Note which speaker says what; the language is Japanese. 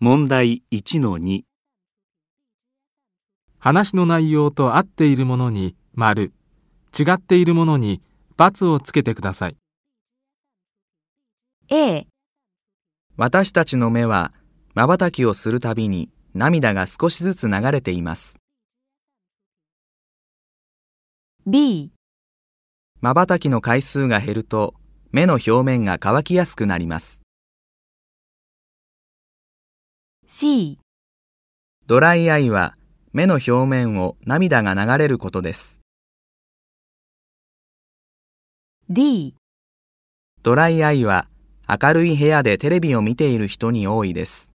Speaker 1: 問題1の2
Speaker 2: 話の内容と合っているものに丸、違っているものに×をつけてください。
Speaker 3: A、
Speaker 4: 私たちの目は瞬きをするたびに涙が少しずつ流れています。
Speaker 3: B、
Speaker 4: 瞬きの回数が減ると目の表面が乾きやすくなります。
Speaker 3: C、
Speaker 4: ドライアイは目の表面を涙が流れることです。
Speaker 3: D、
Speaker 4: ドライアイは明るい部屋でテレビを見ている人に多いです。